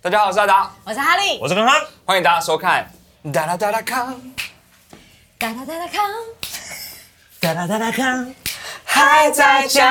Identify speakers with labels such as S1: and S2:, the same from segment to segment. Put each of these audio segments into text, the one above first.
S1: 大家好，我是阿达，
S2: 我是哈利，
S3: 我是康康，
S1: 欢迎大家收看《哒啦哒啦康
S2: 哒哒哒哒康，
S3: 哒啦哒啦康，
S1: 还在讲》。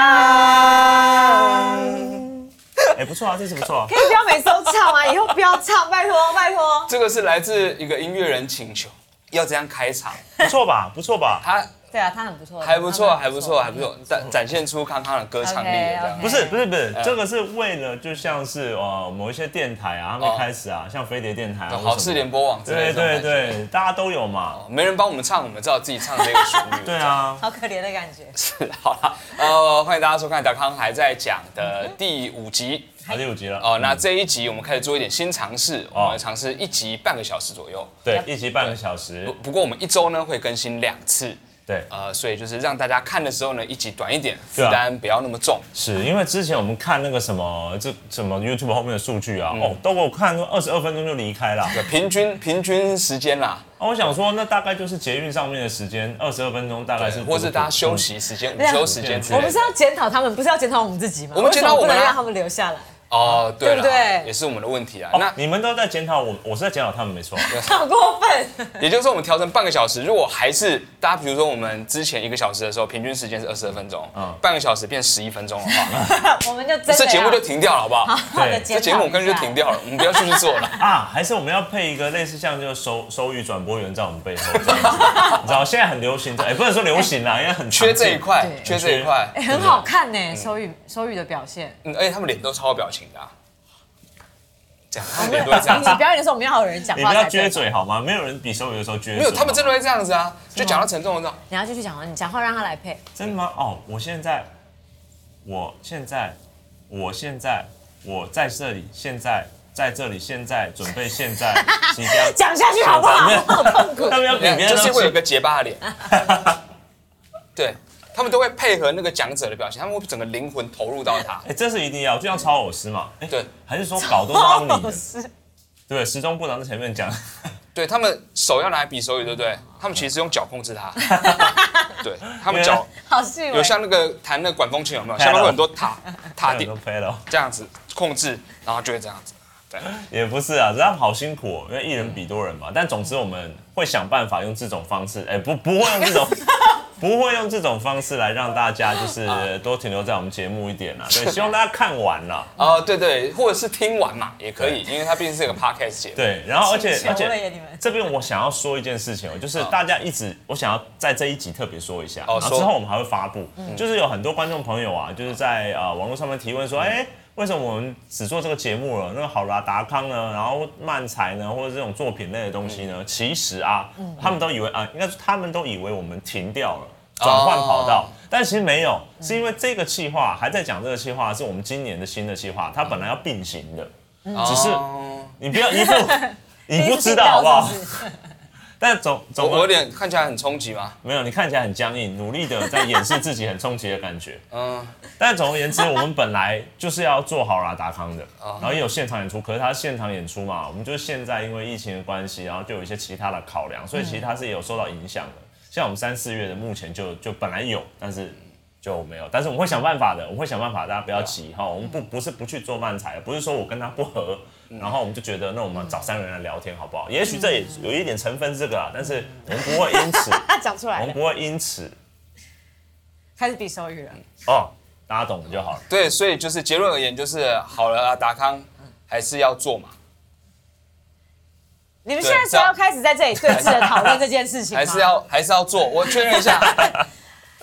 S3: 哎，不错啊，这次不错啊
S2: 可。以不要每次都唱啊，以后不要唱，拜 托拜托。
S1: 这个是来自一个音乐人请求，要这样开场，
S3: 不错吧？不错吧？
S1: 他
S2: 对啊，他很不错，
S1: 还不错，还不错，还不错，展展现出康康的歌唱力了这样
S2: OK，OK
S3: 不是不是不是，
S1: 呃
S3: 这个是为了就像是呃某一些电台啊，他
S1: 哦
S3: 们开始啊，像飞碟电台啊，
S1: 好事联
S3: 点，
S1: 播网之类
S3: 对
S1: 的这哦种
S3: 对
S1: 感觉，
S3: 对，大家都有嘛。
S1: 没人帮我们唱，我们只好自己唱这个旋 律。
S3: 对啊，
S2: 好可怜的感觉。
S1: 是，好了，呃，欢迎大家收看《达康还在讲》的第五集。
S3: 好第五集了
S1: 哦，那这一集我们开始做一点新尝试，我
S3: 哦
S1: 们来尝试一集半个小时左右。
S3: 对，一集半个小时
S1: 不，不过我们一周呢会更新两次，
S3: 对，
S1: 呃，所以就是让大家看的时候呢，一集短一点，负
S3: 对啊
S1: 担不要那么重。
S3: 是因为之前我们看那个什么这什么 YouTube 后面的数据
S1: 嗯
S3: 啊，哦，都给我看二十二分钟就离开了。
S1: 平均平均时间啦，
S3: 啊，我想说那大概就是捷运上面的时间，二十二分钟大概是，
S1: 呃或是大家休息时间、午
S2: 对啊
S1: 休时间之
S2: 我
S1: 类
S2: 们
S1: 的
S2: 是。要检讨他们，不是要检讨我们自己吗？
S1: 我们检讨
S2: 为什么
S1: 我们啊
S2: 不能让他们留下来。
S1: 哦，对
S2: 对
S1: 了，
S2: 不对
S1: 也是我们的问题啊。
S3: 哦。
S1: 那
S3: 你们都在检讨我，我是在检讨他们没错。
S2: 好过分！
S1: 也就是说，我们调成半个小时，如果还是大家，比如说我们之前一个小时的时候，平均时间是二十二分钟，
S3: 嗯
S1: 半个小时变十一分钟的 话，
S2: 我们就真的
S1: 这节目
S2: 要
S1: 就停掉了，好不 好？
S2: 好好的
S3: 对
S2: 检
S1: 这
S2: 讨一下
S1: 节目我跟着就停。掉了，我们不要继续做了。
S3: 啊，还是我们要配一个类似像就是收收益转播员在我们背后这样子，你知道现在很流行这，哎、不能说流行啦，因为很常
S1: 缺这一
S3: 见
S1: 块，
S2: 对
S1: 缺这一块，
S2: 哎，很好看
S1: 嗯
S2: 呢，收雨收雨的表现。
S1: 嗯，而且他们脸都超有表情的啊，这样，他们脸都会这样
S2: 你
S1: 子。啊
S2: 表演的时候，我们要有人讲
S3: 你
S2: 话
S3: 不要
S2: 才
S3: 撅
S2: 对。
S3: 嘴好吗？没有人比收益的时候撅嘴好
S1: 没
S3: 吗。
S1: 有，他们真的会这样子啊，就讲到沉重的那种，
S2: 你要继续讲话，你讲话让他来配。
S3: 真的吗？哦，我现在，我现在，我现在，我在这里，现在在这里，现在准备，现 在即
S2: 讲
S3: 将
S2: 下去好不好？
S3: 现在
S2: 好痛苦。
S3: 他们要比别人
S1: 就是会有一
S3: 要
S1: 个结巴的脸，对他们都会配合那个讲者的表情，他们会整个灵魂投入到他。
S3: 哎、这是一定要，就像超偶师嘛，哎、
S1: 对，
S3: 还是说搞都是他 们
S2: 好
S3: 你的，
S2: 是
S3: 对，时钟部长在前面讲，
S1: 啊 对他们手要拿笔手语，对不对？他们其实是用脚控制它，对他们脚
S2: 好细微。
S1: 有像那个弹那个管风琴有没有？
S3: 太
S1: 下
S3: 好
S1: 面会有很多踏踏
S3: 点
S1: 点
S3: 都，飞了。
S1: 这样子控制，然后就会这样子。对，
S3: 也不是啊，只是他们好辛苦、哦，因为一人比多人嘛。但总之我们会想办法用这种方式，哎、不不会用这种，不会用这种方式来让大家就是多停留在我们节目一点啦。对，希望大家看完啦。
S1: 哦，对对，或者是听完嘛也可以，因为它毕竟是一个 podcast 节目。
S3: 对，然后而且
S2: 请求
S3: 而
S2: 了耶你
S3: 且
S2: 们
S3: 这边我想要说一件事情哦，就是大家一直我想要在这一集特别说一下，
S1: 哦
S3: 然后
S1: 说
S3: 之后我们还会发布，
S2: 嗯
S3: 就是有很多观众朋友啊，就是在呃网络上面提问说，
S1: 嗯
S3: 哎。为什么我们只做这个节目了？那个好啦，达康呢，然后漫才呢，或者这种作品类的东西呢？
S1: 嗯
S3: 其实啊，
S2: 嗯
S3: 他们都以为啊，应该是他们都以为我们停掉了，
S1: 哦
S3: 转换跑道，但其实没有，
S2: 嗯
S3: 是因为这个计划还在讲这个计划，是我们今年的新的计划，它本来要并行的，
S2: 嗯
S1: 哦，
S3: 只是你不要一副你不知道好不
S2: 第一次？听到
S3: 好
S2: 是不是
S3: 但总
S1: 我
S3: 总
S1: 我有点看起来很冲击吗？
S3: 没有，你看起来很僵硬，努力的在掩饰自己很冲击的感觉。
S1: 嗯，
S3: 但总而言之，我们本来就是要做好啦达康的，然后也有现场演出。可是他现场演出嘛，我们就是现在因为疫情的关系，然后就有一些其他的考量，所以其实他是有受到影响的。像我们三四月的，目前就就本来有，但是就没有。但是我们会想办法的，我们会想办法，大家不要急哈。我们不不是不去做漫才，不是说我跟他不合，然后我们就觉得那我们找三个人来聊天好不好？也许这也有一点成分是这个啊，但是我们不会因此，
S2: 他讲出
S3: 我
S2: 来
S3: 们
S2: 了，
S3: 哦不会因此
S2: 开始比手语了。
S3: 哦，大家懂就好了。
S1: 对，所以就是结论而言，就是好了啊，达康还是要做嘛，
S2: 你们现在所要开始在这里对峙的讨论这件事情吗？
S1: 还是要还是要做。我确认一 下，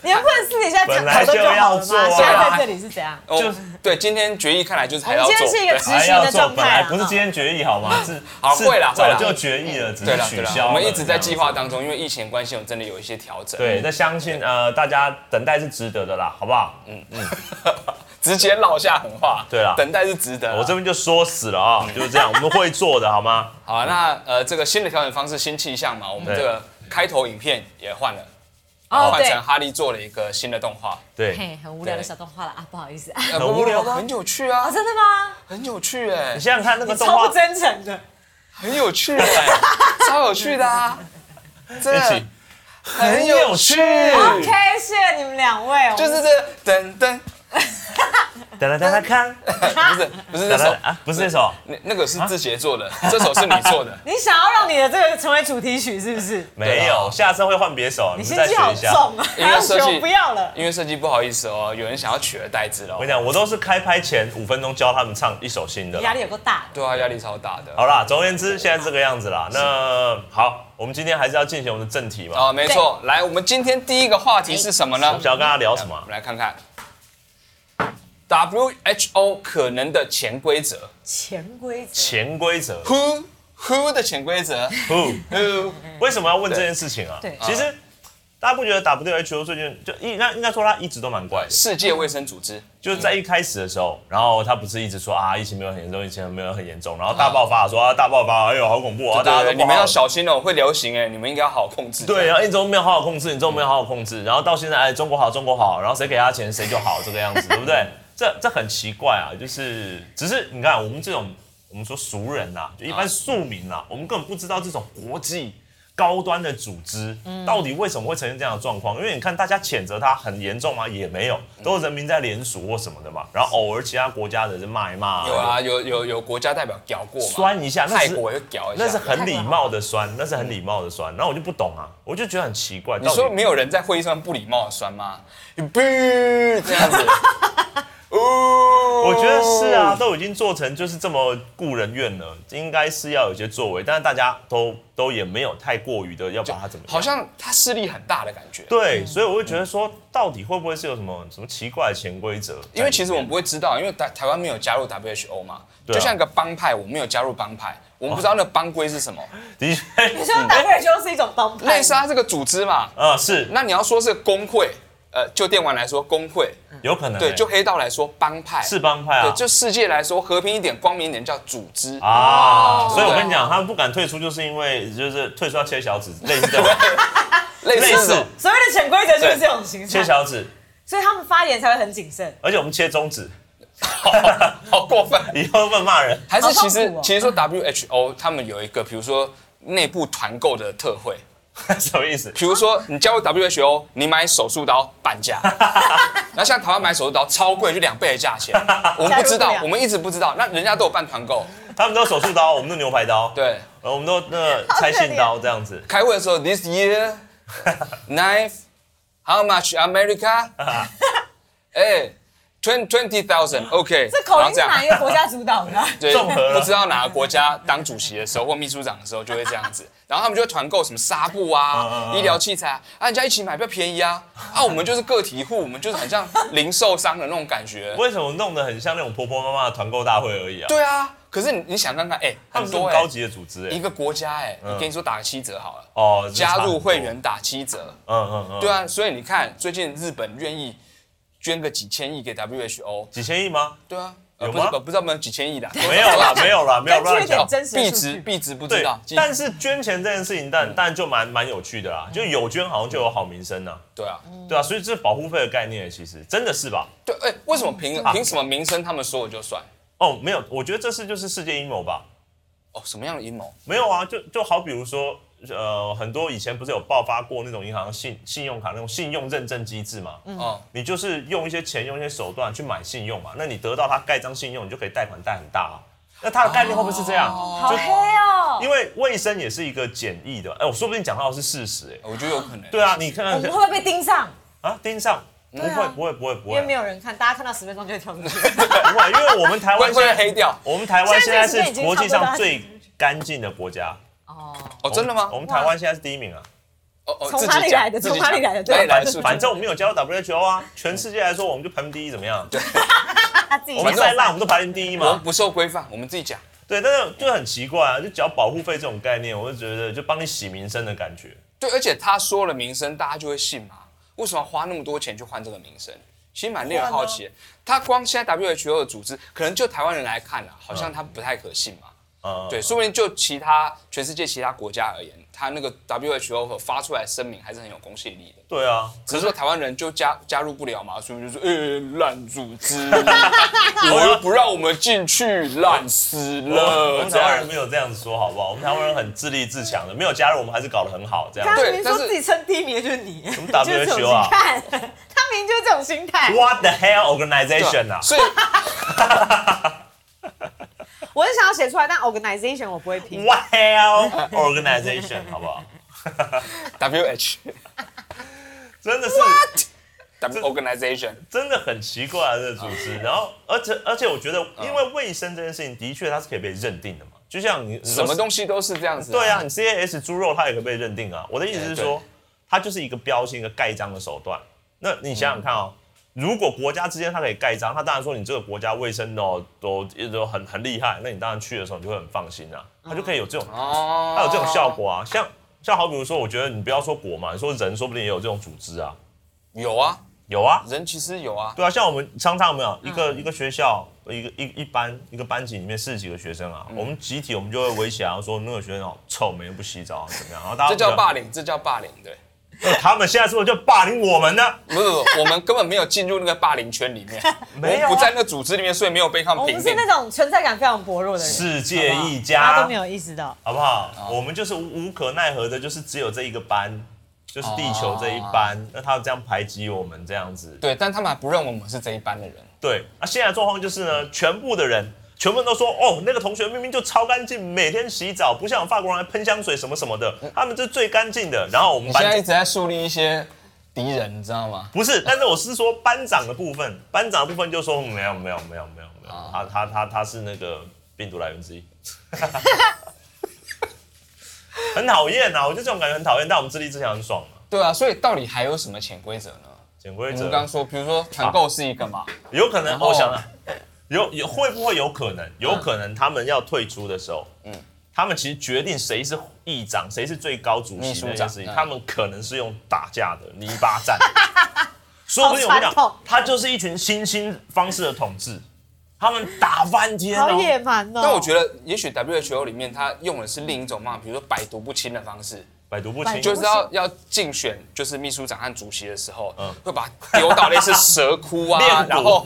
S2: 你们不能私底下讲讨论就好了吗？
S3: 本来就要做啊
S2: 现在在这里是怎样？
S1: 就
S3: 就是
S1: 对今天决议看来就是
S2: 我
S1: 还
S2: 们
S1: 要
S2: 今
S1: 做。
S2: 天是一个执
S1: 对
S3: 还
S2: 行
S3: 哎要
S2: 的
S3: 做，
S2: 状
S3: 本
S2: 态
S3: 来
S2: 啊，嗯
S3: 不是今天决议好吗？是
S1: 好
S3: 是
S1: 会啦会
S3: 早
S1: 啦
S3: 就决议了，只
S1: 对
S3: 是
S1: 了对
S3: 取
S1: 了，
S3: 消。
S1: 我们一直在计划。当中，因为疫情的关系，我们真的有一些调整。，
S3: 对，那相信呃，大家等待是值得的啦，好不好？
S1: 直接落下狠话。
S3: 对啦
S1: 等待是值得啦。
S3: 我这边就说死了
S1: 嗯
S3: 啊，就是这样，我们会做的好吗？
S1: 好啊，那呃，这个新的调整方式新气象嘛，我们这个开头影片也换了，
S2: 哦，
S1: 换
S2: 对
S1: 成，哈利做了一个新的动画，
S3: 对，
S2: 嘿，很无聊的小动画了啊，不好意思啊，
S1: 呃
S3: 很无聊吗
S1: 很有趣啊，
S2: 真的吗？
S1: 很有趣哎
S3: 你，想想看那个动
S2: 超
S3: 画
S2: 不，真诚的，
S1: 很有趣哎，超有趣的啊， 真
S3: 一起
S1: 的很有趣。
S2: 好，OK，谢谢你们两位，
S1: 就是这噔噔
S3: 哒啦哒啦看，
S1: 哎不是不是那
S3: 哒
S1: 首
S3: 啦，啊，不是这首，
S1: 那那个是字节做的，这首是你做的。
S2: 你想要让你的这个成为主题曲是不是？
S1: 啊
S3: 没有，下次会换别首，
S2: 你
S3: 你
S2: 心
S3: 们再
S2: 机
S3: 学
S2: 好
S3: 一下。
S2: 重啊！
S1: 因
S2: 还
S1: 为
S2: 要
S1: 设计
S2: 求不要了。
S1: 因为设计不好意思哦，有人想要取而代之了
S3: 我跟。你讲，我都是开拍前五分钟教他们唱一首新的啦。
S2: 压力有够大的。
S1: 对啊，压力超大的。
S3: 好啦，总而言之，现在这个样子啦。那好，我们今天还是要进行我们的正题嘛。
S1: 啊，没错。来，我们今天第一个话题是什么
S3: 我
S1: 呢
S3: 们？想要跟他聊
S1: 什
S3: 什
S1: 么？我啊
S3: 么
S1: 们？来看看 WHO 可能的潜规则
S2: 潜规则，
S3: 潜规则。
S1: ，Who Who 的潜规则
S3: Who？
S1: ，Who
S3: 为什么要问这件事情啊？
S2: 对
S3: 其实大家不觉得 WHO 最近就应该应该说他一直都蛮怪的，
S1: 世界卫生组织，
S3: 就是在一开始的时候，然后他不是一直说啊疫情没有很严重，疫情没有很严重，然后大爆发说啊大爆发，哎呦好恐怖啊，大家
S1: 对对，
S3: 都不
S1: 你
S3: 好
S1: 们要小心哦，会流行哎，你们应该要好好控制。
S3: 对，然啊后一直都没有好好控制，你
S1: 嗯
S3: 都没有好好控制，然后到现在哎中国好中国好，然后谁给他钱谁就好这 个样子，对不对？这这很奇怪啊，就是只是你看我们这种我们说俗人呐、就一
S1: 啊
S3: 般庶民呐、我们根本不知道这种国际高端的组织
S1: 嗯
S3: 到底为什么会呈现这样的状况，因为你看大家谴责它很严重吗？也没有，
S1: 嗯
S3: 都是人民在联署或什么的嘛，然后偶尔其他国家的人骂一骂，
S1: 有啊，有有有国家代表屌过嘛，
S3: 酸一下，那
S1: 泰
S3: 是
S1: 国也屌一下，
S3: 那是很礼貌的酸，那是很礼貌的酸，然后我就不懂啊，我就觉得很奇怪，
S1: 你
S3: 到底
S1: 说没有人在会议上不礼貌的酸吗？你不这样子， 哦，
S3: 我觉得是啊，，都已经做成就是这么故人怨了，应该是要有些作为，但是大家都都也没有太过于的要把它怎么样。
S1: 好像嗯他势力很大的感觉。
S3: 对，所以我就觉得说，到底会不会是有什么什么奇怪的潜规则在里面？
S1: 因为其实我们不会知道，因为台台湾没有加入 WHO 嘛，
S3: 对啊哦
S1: 就像一个帮派，我们没有加入帮派，我们不知道那个帮规是什么，
S3: 的
S2: 你
S1: 嗯
S3: 确，
S2: 说 WHO 是一种帮派吗，
S1: 类似它这个组织嘛。
S3: 啊是
S1: 那你要说是工会，呃，就电玩来说工会，
S3: 有可能欸，
S1: 对，就黑道来说帮派，
S3: 是帮派
S1: 对，
S3: 啊
S1: 就世界来说和平一点、光明一点叫组织
S3: 啊，所以我
S1: 哦对
S3: 跟你讲，他们不敢退出，就是因为就是退出要切小指，类 似这种
S1: 类
S3: 类
S1: 似这
S3: 似
S1: 种
S2: 所谓的潜规则就是这种形
S3: 切
S2: 象，
S3: 小指，
S2: 所以他们发言才会很谨慎。
S3: 而且我们切中指，
S1: 好过分。
S3: 以后不能骂人。
S1: 还是其
S2: 好
S1: 实
S2: 痛苦哦
S1: 其实说 WHO 他们有一个，比如说内部团购的特惠，
S3: 什么意思？
S1: 比如说你加入 WHO，你买手术刀半 价，然后像台湾买手术刀超贵，就两倍的价钱，我们不知
S2: 加入不
S1: 道
S2: 了，
S1: 我们一直不知道，那人家都有办团购，
S3: 他们都手术刀，我们都牛排刀，
S1: 对，
S3: 呃，我们都那拆信刀这样子。
S1: 开会的时候 this year knife how much America，哎 twenty twenty thousand OK，
S2: 这口
S1: 然
S2: 音
S1: 后
S2: 是哪一个国家主导的啊？
S1: 对，
S3: 综合了
S1: 不知道哪个国家当主席的时候或秘书长的时候就会这样子，然后他们就会团购什么纱布啊、
S3: 嗯嗯嗯
S1: 医疗器材啊，啊人家一起买比较便宜啊，啊我们就是个体户，我们就是很像零售商的那种感觉。
S3: 为什么弄得很像那种婆婆妈妈的团购大会而已啊？
S1: 对啊，可是你你想看看，哎，
S3: 他们
S1: 很
S3: 是
S1: 多
S3: 很
S1: 哎
S3: 高级的组织哎、
S1: 一个国家哎，
S3: 嗯
S1: 你跟你说打个七折好了，
S3: 哦，
S1: 加入会，员打七折，
S3: 嗯嗯嗯，
S1: 对啊，所以你看最近日本愿意捐个几千亿给 WHO，
S3: 几千亿吗？
S1: 对啊，呃
S3: 有
S1: 不是
S3: 吗
S1: 不知道有没有几千亿的，
S3: 没有 啦，没有啦，没有乱
S2: 正确一点
S3: 讲
S1: 哦。
S2: 真实的
S1: 币
S2: 数
S1: 值
S2: 据
S1: 币值不知
S3: 对
S1: 道，，
S3: 但是捐钱这件事情，
S1: 嗯
S3: 但但就蛮蛮有趣的啦，就有捐好像就有好名声呐，
S1: 对啊，
S3: 对啊，所以这保护费的概念其实真的是吧？
S1: 对，哎、为什么凭
S3: 啊
S1: 凭什么名声他们说我就算？
S3: 哦，没有，我觉得这是就是世界阴谋吧？
S1: 哦，什么样的阴谋？
S3: 没有啊，就就好比如说，呃，很多以前不是有爆发过那种银行信信用卡那种信用认证机制嘛，
S2: 嗯
S1: 哦，
S3: 你就是用一些钱、用一些手段去买信用嘛，那你得到他盖章信用，你就可以贷款贷很大啊。那它的概念会不会是这样？
S2: 好黑哦！
S3: 因为卫生也是一个简易的，哎、我说不定讲到的是事实、哎，
S1: 我觉得有可能。
S3: 对啊，你看
S2: 我们会
S3: 看
S2: 不会被盯上？
S3: 啊，盯上。不
S2: 啊
S3: 会不会不会不
S2: 因
S3: 会
S2: 为没有人看，大家看到十分钟就会跳出去。
S3: 不会，因为我们台
S1: 会
S3: 湾
S1: 不
S3: 现
S1: 会
S3: 在
S1: 黑掉？
S3: 我们台湾现在
S2: 现在
S3: 是
S2: 已经
S3: 国际
S2: 差不多
S3: 上
S2: 了
S3: 最干净的国家。
S2: 哦，
S1: 哦，真的吗
S3: 我？们台湾现在是第一名啊，
S1: 哦哦，
S2: 从
S1: 自己
S2: 哪里
S1: 讲
S2: 来的
S1: 自己
S2: 从哪里
S1: 讲
S2: 来的对
S1: 哪
S2: 啊
S1: 里来
S3: 反
S1: 的数据
S3: 正反正我们有加入 WHO 啊，全世界来说我们就排名第一，怎么样？
S2: 他自己
S3: 我们
S2: 想
S3: 再烂我们都排名第一
S1: 我们
S3: 嘛。
S1: 不受规范，我们自己讲。
S3: 对，但是就很奇怪啊，就只要保护费这种概念，我就觉得就帮你洗名声的感觉。
S1: 对，而且他说了名声，大家就会信嘛。为什么要花那么多钱去换这个名声？其实蛮令人好奇的。他光现在 WHO 的组织，可能就台湾人来看了，好像他不太可信嘛。
S3: 呃，
S1: 对，说不定就其他全世界其他国家而言，他那个 WHO 和发出来的声明还是很有公信力的。
S3: 对啊，
S1: 只是说台湾人就加加入不了嘛，所以就说，呃、烂组织， 我又不让我们进去，烂死
S3: 我
S1: 了
S3: 们，
S1: 这
S3: 台湾
S1: 样
S3: 人。没有这样子说好不好？我们台湾人很自立自强的，没有加入我们还是搞得很好这样
S2: 刚
S1: 对
S2: 刚明明
S1: 但
S2: 说
S1: 是
S2: 自己称第一名的就是你，
S3: 么 WHO 啊
S2: 你就是这种你看他明就是这种心态。
S3: What the hell organization 啊？
S1: 所以
S2: 我很想要写出来，但 organization 我不会拼。
S3: What
S1: 啊
S3: hell organization 好不好？
S1: W H
S3: 真的是
S1: W organization
S3: 真的很奇怪啊，这个组织。然后，而且而且，我觉得因为卫生这件事情，的确它是可以被认定的嘛。就像你
S1: 什么东西都是这样子、
S3: 对啊，你 CAS 猪肉它也可以被认定啊。我的意思是说，它就是一个标新、一个盖章的手段。那你想想看哦，如果国家之间它可以盖章，它当然说你这个国家卫生哦都都很很厉害，那你当然去的时候你就会很放心啊，它就可以有这种
S1: 哦，
S3: 它有这种效果啊。像像好比如说，我觉得你不要说国嘛，你说人说不定也有这种组织啊，
S1: 有啊，
S3: 有啊，
S1: 人其实有啊，
S3: 对啊，像我们常常有没有
S1: 嗯
S3: 一个、一个学校一个一一班一个班级里面四十几个学生啊，
S1: 嗯
S3: 我们集体我们就会围起来然后说那个学生好臭，每天不洗澡啊怎么样，然后大家
S1: 这叫霸
S3: 凌，
S1: 凌，这叫霸凌，对，
S3: 那他们现在是不是就霸凌我们呢？
S1: 不是不是，我们根本没有进入那个霸凌圈里面，
S3: 没有
S1: 我
S3: 啊
S1: 们不在那个组织里面，所以没有被他们
S2: 我
S1: 评
S2: 们是
S1: 定
S2: 那。种存在感非常薄弱的人，
S3: 世界一
S2: 大家
S3: 家
S2: 都没，有意识到。
S3: 好不好？
S1: 哦
S3: 我们就是无无可奈何的，就是只有这一个班，就是地球这一班，
S1: 哦
S3: 那他这样排挤我们这样子，
S1: 对，但他们还不认为我们是这一班的人。
S3: 对，那、现在的状况就是呢，全部的人，全部都说，哦，那个同学明明就超干净，每天洗澡，不像法国人还喷香水什么什么的，他们这最干净的。然后我们
S1: 嗯你现在一
S3: 班
S1: 直在树立一些敌人，你知道吗？
S3: 不是，但是我是说班长的部分，班长的部分就说嗯没有没有没有没有没有，
S1: 啊
S3: 他他他他是那个病毒来源之一， 很讨厌啊，我就这种感觉很讨厌，但我们自立自强很爽嘛，
S1: 对啊，所以到底还有什么潜规则呢？
S3: 潜规
S1: 我
S3: 则
S1: 们。刚说，比如说团购是一个嘛，
S3: 有可能，
S1: 然后
S3: 我想了，有有会不会有可能？有可能他们要退出的时候，嗯，他们其实决定谁是议长，谁是最高主席
S1: 秘书
S3: 这
S1: 长
S3: 件事情，
S1: 嗯
S3: 他们可能是用打架的泥巴战。说不定我跟你
S2: 好传统
S3: 讲，他就是一群新兴方式的统治，他们打翻天
S2: 好野
S3: 哦。
S2: 蛮哦！
S1: 但我觉得也许 WHO 里面它用的是另一种方法，比如说百毒不侵的方式，
S3: 百毒不
S2: 百
S3: 侵，
S2: 毒
S1: 就
S3: 就是是
S1: 要要竞选就是秘书长和主席的时候，
S3: 嗯
S1: 会把它丢到类似蛇窟
S3: 猎
S1: 啊，
S3: 捕
S1: 然后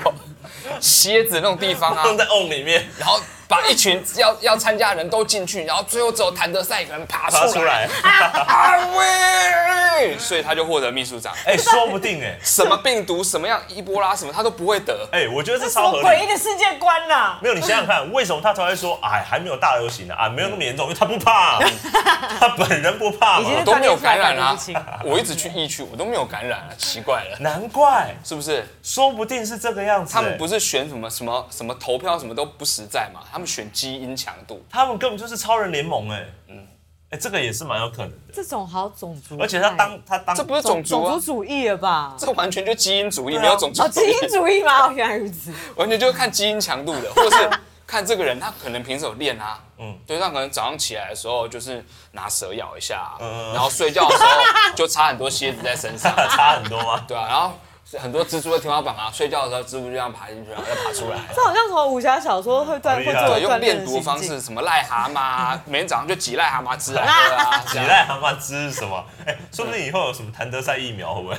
S1: 蝎子那种地方 啊，
S3: 放在瓮里面
S1: 然后把一群要要参加的人都进去，然后最后只有谭德赛一个人爬
S3: 爬
S1: 出
S3: 出
S1: 来，
S3: 来。
S1: 啊喂，所以他就获得秘书长。
S3: 哎，说不定哎，
S1: 什么病毒、什么样伊波拉什么，他都不会得。
S3: 哎，我觉得这
S2: 什
S3: 超
S2: 么
S3: 合理
S2: 诡
S3: 的。
S2: 异的世界观啊呐、
S3: 没有，你想想看，为什么他才会说，哎，还没有大流行呢？啊，没有那么严
S1: 嗯
S3: 重，因为他不 怕，他本人不怕
S2: 已经
S3: 嘛
S2: 是。
S1: 都没有感染
S2: 百
S1: 啊
S2: 毒不侵！
S1: 我一直去疫区，我都没有感染啊，奇怪了，
S3: 难怪，
S1: 是不是？
S3: 说不定是这个样子、
S1: 他们不
S3: 哎
S1: 是选什么什么什么投票什么都不实在嘛？他们选基因强度，
S3: 他们根本就是超人联盟、哎，嗯，哎、这个也是蛮有可能的。
S2: 这种好种族，哎
S3: 而且他当他当
S1: 嗯哎这不是种
S2: 种
S1: 族啊
S2: 族，主义了吧？
S1: 这完全就基因主义，
S3: 对啊
S1: 没有种族
S2: 哦，
S1: 主
S2: 基
S1: 义，
S2: 因主义吗？哦，原来如此。
S1: 完全就是看基因强度 的，或者是看这个人他可能平时有练啊，嗯
S3: 嗯，
S1: 对，他可能早上起来的时候就是拿蛇咬一下啊、
S3: 嗯
S1: 然后睡觉的时候就插很多蝎子在身上，
S3: 差很多吗？
S1: 对啊，然后很多蜘蛛的天花板啊，睡觉的时候蜘蛛就这样爬进去，然后再爬出 来。
S2: 这好像什么武侠小说会锻
S3: 好
S2: 会
S3: 厉害
S2: 做
S1: 对，
S2: 的锻
S1: 用
S2: 炼
S1: 练
S2: 的
S1: 毒的方
S2: 情境
S1: 式，什么癞蛤蟆啊，每天早上就挤癞蛤蟆汁来喝啊，
S3: 你
S1: 挤
S3: 癞蛤蟆汁是什么？哎、说不定以后有什么谭德赛疫苗，会不会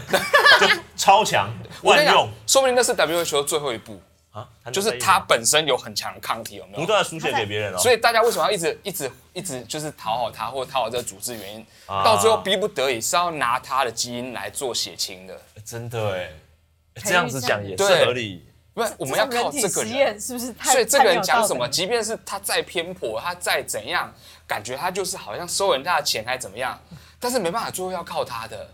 S3: 就超强
S1: 我
S3: 万
S1: 跟你讲
S3: 用，
S1: 说不定那是 WHO 最后一步，
S3: 啊？谭
S1: 就
S3: 德赛
S1: 是
S3: 疫苗
S1: 它本身有很强的抗体，有没
S3: 不
S1: 有？
S3: 断地输血给别人哦、
S1: 所以大家为什么要一直一直一直就是讨好它，或者讨好这个组织？原因
S3: 啊
S1: 到最后逼不得已是要拿它的基因来做血清的，
S3: 哎真的哎、哎
S2: 培育
S3: 这样子讲也是
S1: 这样
S3: 合理。
S1: 不是我们要靠这
S2: 种
S1: 个
S2: 人体实
S1: 人。
S2: 验是不是太？
S1: 所以这个人
S2: 太没有道
S1: 讲
S2: 德
S1: 什么，即便是他再偏颇，他再怎样，感觉他就是好像收人家的钱还怎么样，但是没办法，最后要靠他的。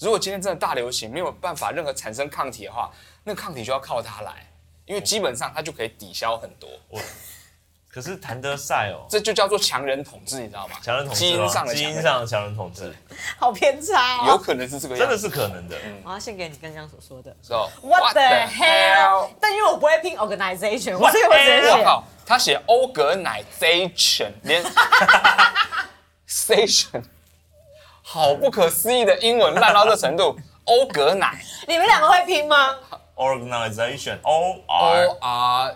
S1: 如果今天真的大流行，没有办法任何产生抗体的话，那抗体就要靠他来，因为基本上他就可以抵消很多。
S3: 可是谭德赛哦、
S1: 这就叫做强人统治，你知道吗？
S3: 强人统治
S1: 基因
S3: 吗
S1: 上的
S3: 基
S1: 强
S3: 因
S1: 人，
S3: 上的强人统治，
S2: 好偏差
S1: 有
S2: 哦。
S1: 可能是这个样
S3: 真
S1: 子
S3: 的。是可能的。
S1: 嗯
S2: 我要献给你刚刚所说的
S1: 是哦
S2: What the hell？但因为我不会拼 organization，我
S3: What
S2: 所以我直接
S3: the
S1: 我
S2: 写
S1: 靠，他写欧格奶 station 连 station，好不可思议的英文烂到这程度。欧格 奶
S2: 你们两个会拼吗？
S3: Organization O R
S1: O R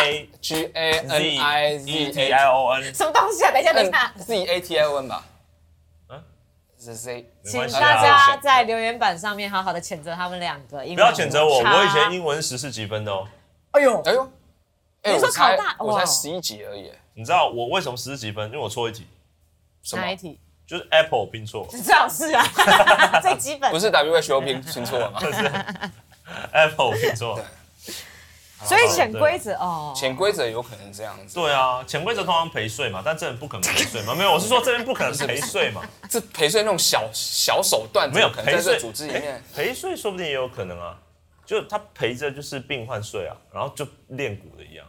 S3: A
S1: G A
S3: Z
S1: N I
S3: E
S1: Z
S3: T
S1: A
S3: I O N，
S2: 什么东西啊？等一下，等一
S1: N
S2: 下。
S1: Z A T I O N 吧？嗯
S3: 嗯
S1: ，Z Z E
S3: 没
S2: 请
S3: 关系
S2: 大
S3: 啊，
S2: 家在留言板上面好好的谴责他们两个，不
S3: 不要谴责我，我以前英文十是几分的哦。
S2: 哎呦，
S1: 哎呦，哎，
S2: 你说
S1: 我才
S2: 考大
S1: 我才
S2: 哇
S1: 十一级而已，
S3: 你知道我为什么十几分？因为我错一题，
S1: 什么
S2: 哪一？题？
S3: 就是 Apple 拼错
S2: 至少 是啊，最基本
S1: 不。是 WHO 拼拼错了吗？
S3: ，Apple 拼错。
S2: 所以潜规则哦，
S1: 潜规则有可能这样子，
S3: 对啊，潜规则通常陪睡嘛，但这人不可能陪睡嘛。没有，我是说这边不可能陪 睡嘛，
S1: 这陪睡那种小小手段，
S3: 没有
S1: 可能
S3: 陪
S1: 在
S3: 睡哎
S1: 这组织里面，
S3: 陪睡说不定也有可能啊，就他陪着就是病患睡啊，然后就练骨的一样，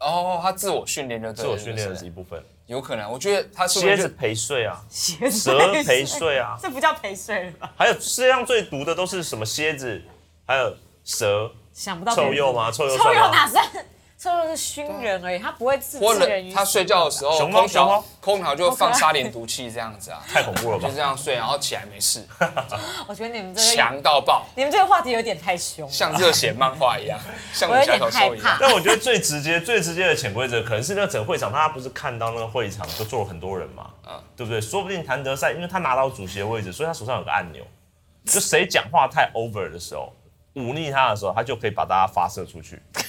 S1: 哦，他自我训练就对
S3: 自
S1: 了
S3: 我训练
S1: 是不
S3: 的
S1: 是
S3: 是一部分。
S1: 有可能，我觉得他是不
S3: 蝎
S1: 是
S3: 子
S1: 就
S3: 陪 睡啊，
S2: 鞋
S3: 蛇陪睡啊
S2: 这不叫陪睡了吧？
S3: 还有世界上最毒的都是什么蝎子，还有蛇，
S2: 想不到
S3: 臭鼬吗？臭鼬
S2: 臭
S3: 算
S2: 鼬哪
S3: 吗？
S2: 算？ 臭鼬是熏人而已，它不会自
S1: 或
S2: 致人于
S1: 者
S2: 死
S1: 他睡觉的时候，
S3: 熊猫
S1: 空
S3: 熊
S1: 调
S3: 猫
S1: 空调就放沙林毒气这样子啊，
S3: 太恐怖了 吧
S1: 就！这样睡，然后起来没事，
S2: 我觉得你们这个，
S1: 强到爆，
S2: 你们这个话题有点太凶了。
S1: 像热血漫画 一样，像
S2: 我有
S1: 武侠
S2: 点
S1: 小说一
S2: 害
S1: 样
S2: 怕。
S3: 但我觉得最直接、最直接的潜规则，可能是那整会场，大家不是看到那个会场就坐了很多人嘛，
S1: 啊
S3: 对不对？说不定谭德赛，因为他拿到主席的位置，所以他手上有个按钮，就谁讲话太 over 的时候，忤逆他的时候，他就可以把大家发射出去，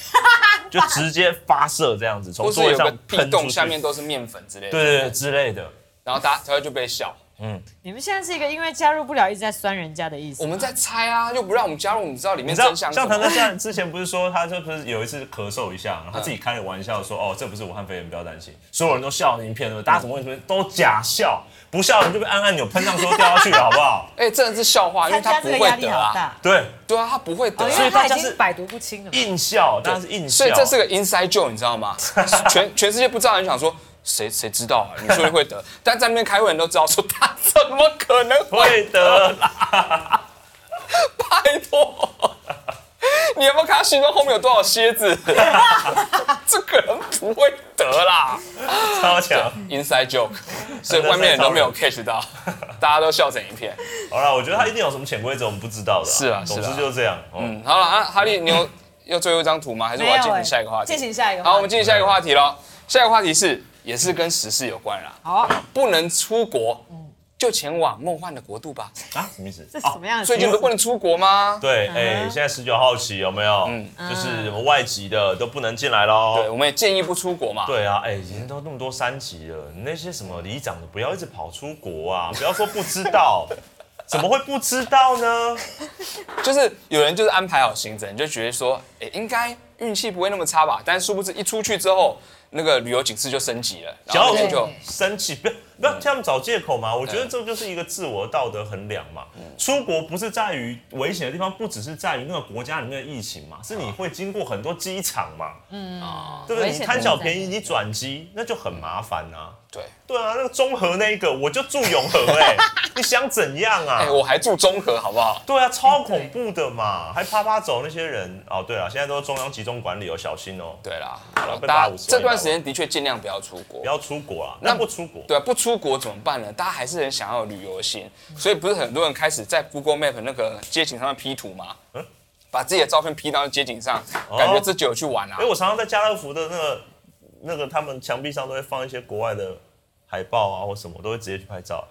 S3: 就直接发射这样子，从
S1: 或是
S3: 座位
S1: 有
S3: 上
S1: 个地
S3: 喷出
S1: 洞
S3: 去，
S1: 下面都是面粉之类的，
S3: 对对对之类的。
S1: 然后大家才会就被笑。
S2: 你们现在是一个因为加入不了一直在酸人家的意思
S1: 我。们在猜啊，又不让我们加入，你知道里面
S3: 你知道，
S1: 真相是什
S3: 像
S1: 么
S3: 谭德赛之前不是说他就不是有一次咳嗽一下，然后他
S1: 嗯
S3: 自己开个玩笑说：“哦，这不是武汉肺炎，不要担心。”所有人都笑你骗了，大家怎么会怎么都假笑？不笑人就被按按钮喷上说掉下去了，好不好？
S1: 哎，真的是笑话，因为他
S2: 参加
S1: 不
S2: 这个压
S1: 会
S2: 力
S1: 得
S2: 好
S1: 啊，
S2: 大，
S3: 对，
S1: 对啊，他不会得啊，
S2: 哦因
S3: 所以
S2: 为
S3: 大
S2: 他已
S3: 家
S2: 经
S3: 是
S2: 百毒不侵了嘛。
S3: 硬笑，当然是硬笑。
S1: 所以这是个 inside joke，你知道吗？全全世界不知道，你想说谁谁知道啊？你说你会得，但在那边开会的人都知道，说他怎么可能会？
S3: 会的，
S1: 拜托，你有没有看他心中后面有多少蝎子？这个人不会得啦
S3: 超强。
S1: ，inside joke，所以外面人都没有 catch 到，大家都笑成一片。
S3: 好了，我觉得他一定有什么潜规则我们不知道的。
S1: 是啊
S3: 总
S1: 是
S3: 之
S1: 啊
S3: 就是这样。嗯，
S1: 嗯，好了，啊，哈利，你有要最后一张图吗？还是我要进行下一个话题？
S2: 欸进行下一个话题
S1: 好，我们进行下一个话题喽。下一个话题是，也是跟时事有关啦。
S2: 好，啊
S1: 不能出国，就前往梦幻的国度吧。
S3: 啊，什么意思？
S2: 这是什么样的？
S1: 最近都不能出国吗？
S3: 对，哎，现在十九号起有没有？就是什么外籍的都不能进来
S1: 嗯
S3: 喽。
S1: 对，我们也建议不出国嘛。
S3: 对啊，哎、已经都那么多三级了，你那些什么里长的，不要一直跑出国啊！不要说不知道，怎么会不知道呢？
S1: 就是有人就是安排好行程，你就觉得说，哎、应该运气不会那么差吧？但殊不知一出去之后，那个旅游警示就升级了，然后那
S3: 小老
S1: 边
S3: 鼠
S1: 就
S2: 对
S3: 生气，不要不要他们找借口嘛！我觉得这就是一个自我道德衡量嘛。出国不是在于危险的地方，不只是在于那个国家里面的疫情嘛，是你会经过很多机场嘛，对不
S2: 嗯啊
S3: 对？
S2: 危
S3: 你
S2: 险
S3: 贪小便宜，
S2: 存在
S3: 你转机那就很麻烦啊。
S1: 对。
S3: 对啊，那个中和那一个，我就住永和哎、你想怎样啊？
S1: 哎、我还住中和好不好？
S3: 对啊，超恐怖的嘛，还啪啪走那些人哦。对了，现在都是中央集中管理哦，小心哦，
S1: 对啦，
S3: 了被
S1: 大
S3: 打
S1: 家
S3: 50万
S1: 这段时间的确尽量不要出国
S3: 不。要出国啊。那不出国，
S1: 对啊，不出国怎么办呢？大家还是很想要有旅游心，所以不是很多人开始在 Google Map 那个街景上面 P 图吗？
S3: 嗯
S1: 把自己的照片 P 到街景上，感觉自己有去玩啊
S3: 哦因为。我常常在家乐福的那个那个他们墙壁上都会放一些国外的海报啊或什么，我都会直接去拍照。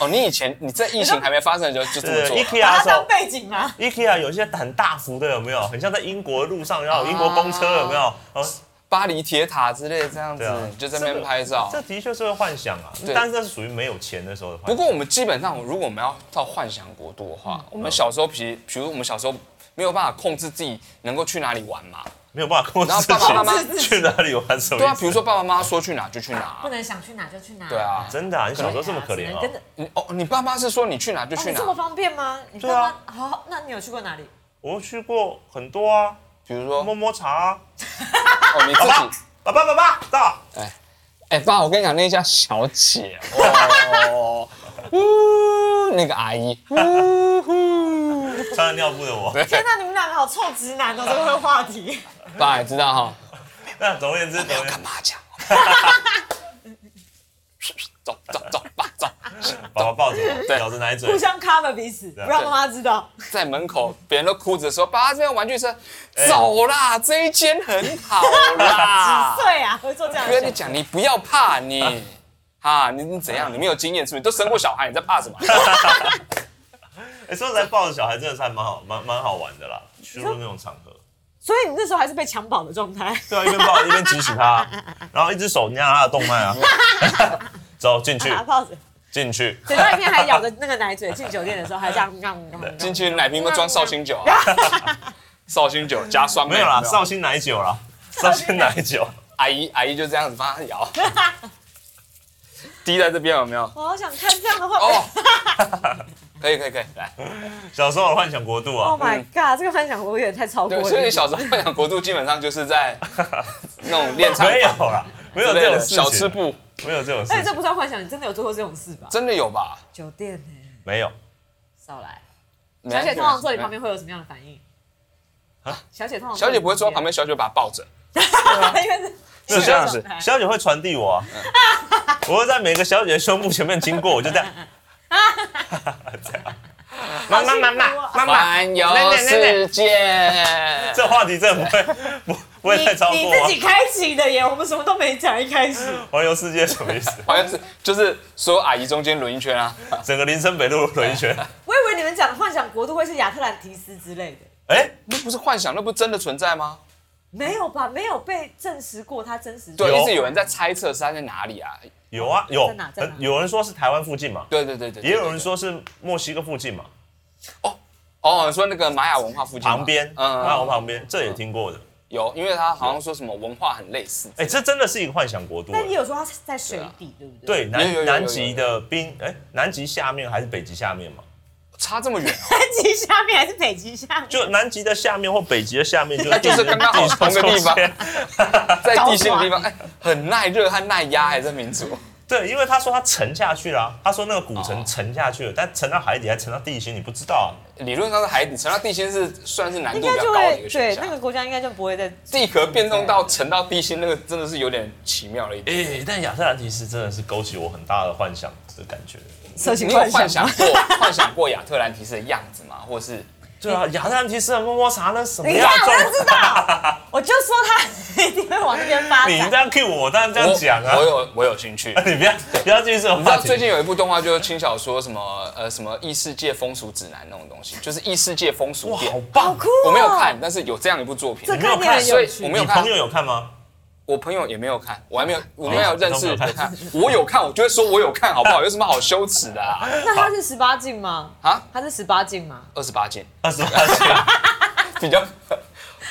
S1: 哦，你以前你在疫情还没发生的时候就这么啊
S3: 对啊
S1: 做了，
S2: 把它
S3: ，IKEA
S2: 当背
S3: 的时候
S2: 景吗？
S3: ，IKEA 有一些很大幅的，有没有？很像在英国的路上，然后
S1: 啊
S3: 有英国公车有没哦有？然后
S1: 巴黎铁塔之类这样子
S3: 对啊，，
S1: 就在那边拍照
S3: 这。的确是会幻想啊，
S1: 对
S3: 但是那是属于没有钱的时候的幻
S1: 不
S3: 想。
S1: 过我们基本上，如果我们要到幻想国度的
S3: 嗯
S1: 话，我们小时候比，比如我们小时候没有办法控制自己能够去哪里玩嘛，
S3: 没有办法控制
S1: 然后
S3: 自
S1: 爸爸妈妈
S3: 己去哪里玩哦什么意思。
S1: 对啊，比如说爸爸妈妈说去哪就去哪啊
S2: 不，能想去哪就去哪。
S1: 对啊，
S3: 真的啊，你小
S2: 对啊，
S3: 时候这么可怜
S2: 只能
S3: 啊
S2: 跟。着
S1: 你哦，你爸妈是说你去哪就
S2: 哦，
S1: 去
S2: 你
S1: 哪
S2: 这，么方便吗？你
S3: 对啊
S2: 爸妈好，那你有去过哪里？
S3: 我去过很多啊，
S1: 比如说
S3: 摸摸茶、啊，
S1: 哦，你自
S3: 爸爸
S1: 己，
S3: 爸爸，爸爸，到，
S1: 哎、爸，我跟你讲，那家小姐，哦，呜，那个阿姨，呜呼，
S3: 穿着尿布的我。
S2: 天哪，你们两个好臭直男哦！这个话题，
S1: 爸也知道哈，
S3: 那 总而言之，总而
S1: 要
S3: 言之
S1: 干，嘛讲？走走走，爸走，
S3: 爸爸抱着我，咬着奶嘴
S2: 互，相 cover 彼此，
S1: 啊
S2: 不让妈妈知道。
S1: 在门口，别人都哭着说：“爸，这边有玩具车，走啦，这一间很好啦。
S2: 对啊，会做这”样
S1: 不要
S2: 的
S1: 你
S2: 事。
S1: 讲，你不要怕你，啊，你你怎样？你没有经验是不是？你都生过小孩，你在怕什么？
S3: 哎，说实在，抱着小孩真的是还蛮好，蛮蛮好玩的啦。去入那种场合，
S2: 所以你那时候还是被强暴的状态。
S3: 对啊，一边抱着一边 指使他，然后一只手捏他的动脉啊，走进去
S2: 拿，泡子，
S3: 进去，
S2: 嘴巴里面还咬着那个奶嘴，进酒店的时候还这样让
S1: 进去奶瓶都装绍兴酒啊，绍兴酒加酸梅
S3: 没有啦，绍兴奶酒啦，绍兴奶酒，
S1: 阿姨阿姨就这样子帮他摇， 滴在这边有没有？
S2: 我好想看这样的画面
S1: 哦。， 可以可以可以，来，
S3: 小时候的幻想国度
S2: Oh
S3: 啊，
S2: my god，这个幻想我有点太超过
S1: 嗯对，
S2: 了。
S1: 所以小时候幻想国度基本上就是 在那种练唱
S3: 没有啦，没有
S1: 之类
S3: 这种
S1: 的
S3: 事情，
S1: 小吃部，
S3: 没哎有这种
S2: 而且
S3: 事
S2: 这
S3: 情，
S2: 不算幻想，你真的有做过这种事吧？
S1: 真的有吧？
S2: 酒店呢、
S3: 没有，
S2: 少来。
S1: 没
S2: 小
S1: 有
S2: 姐通常坐你旁边会有什么样的反应？啊，小姐通常
S1: 小姐不会坐旁边，小姐会把她抱着。
S2: 边， 因为
S3: 这
S1: 这 样子
S3: 小姐会传递我啊， 我会在每个小姐的胸部前面经过，我就 这样，
S1: 啊
S2: 妈妈妈妈
S1: 环游世界，
S3: 这话题真的 不会不不会
S2: 你
S3: 太超
S2: 你
S3: 过
S2: 自
S3: 啊
S2: 己。开启的耶，我们什么都没讲，一开始
S3: 环游世界什么意思？
S1: 好像是就是所有阿姨中间轮一圈啊，
S3: 整个林森北路轮 一圈。
S2: 我以为你们讲的幻想国度会是亚特兰提斯之类的，
S3: 哎，
S1: 那不是幻想，那不是真的存在吗？
S2: 没有吧？没有被证实过它真实。
S1: 对，
S3: 有
S1: 一直有人在猜测是它在哪里啊？
S3: 有啊有
S2: 在哪在哪，
S3: 有人说是台湾附近嘛，
S1: 对对对对，对
S3: 也有人说是墨西哥附近嘛，
S1: 哦，你说那个玛雅文化附近吗
S3: 旁边，那我
S1: 嗯，
S3: 旁边这也听过的。
S1: 有，因为他好像说什么文化很类似，
S3: 哎，这真的是一个幻想国度
S2: 但你
S3: 哎。
S2: 有说它是在水底，对不 对？啊
S3: 对，
S1: 有有有有
S3: 南南极的冰，哎，南极下面还是北极下面嘛？
S1: 差这么 远哦，
S2: 南极下面还是北极下面？
S3: 就南极的下面或北极的下面，就
S1: 那哎就是刚刚好同个地方
S3: 地球中间
S1: 在地心的地方，哎，很耐热和耐压，还是民族，
S3: 对，因为他说他沉下去了啊、他说那个古
S1: 哦
S3: 城沉下去了，但沉到海底还沉到地心，你不知道啊。
S1: 理论上是海底沉到地心是算是难度
S2: 应
S1: 比较
S2: 该就
S1: 高的一
S2: 会
S1: 个选
S2: 对那个
S1: 项。
S2: 国家应该就不会再
S1: 地壳变动到沉到地心，那个真的是有点奇妙了一点。
S3: 哎、但亚特兰提斯真的是勾起我很大的幻想的感觉。
S2: 色情
S1: 你有幻
S2: 幻
S1: 想
S2: 想。
S1: 过 幻想过亚特兰提斯的样子吗？或是
S3: 对
S1: 哎
S3: 啊，亚特兰提斯的摸摸茶那什么
S2: 你
S3: 样
S2: 看，
S3: 的
S2: 我
S3: 状
S2: 就知 道，我就说他一定会往那边发
S3: 你
S2: 展
S3: 这。样 cue 我，我当然这样讲啊
S1: 我。有我有兴趣。
S3: 你不要不要继续这种
S1: 你知
S3: 话
S1: 道
S3: 题。
S1: 最近有一部动画，就是轻小说什么呃什么异世界风俗指南那种东西，就是异世界风俗
S3: 哇，
S1: 店
S3: 好。棒！
S2: 好酷哦
S1: 我没有看，但是有这样一部作品
S2: 这，
S3: 你没有
S2: 看起来
S3: 看，
S2: 很有
S1: 所以我
S2: 趣
S1: 没。有
S3: 你
S1: 看
S3: 朋友有看吗？
S1: 我朋友也没有看，我还没有，我没有认识
S3: 哦
S1: 我看，我有看，我就会说我有看，好不好？有什么好羞耻的啊？
S2: 那他是十八禁吗？
S1: 啊，
S2: 他是十八禁吗？
S1: 二十八禁，
S3: 二十 八岁，
S1: 比 较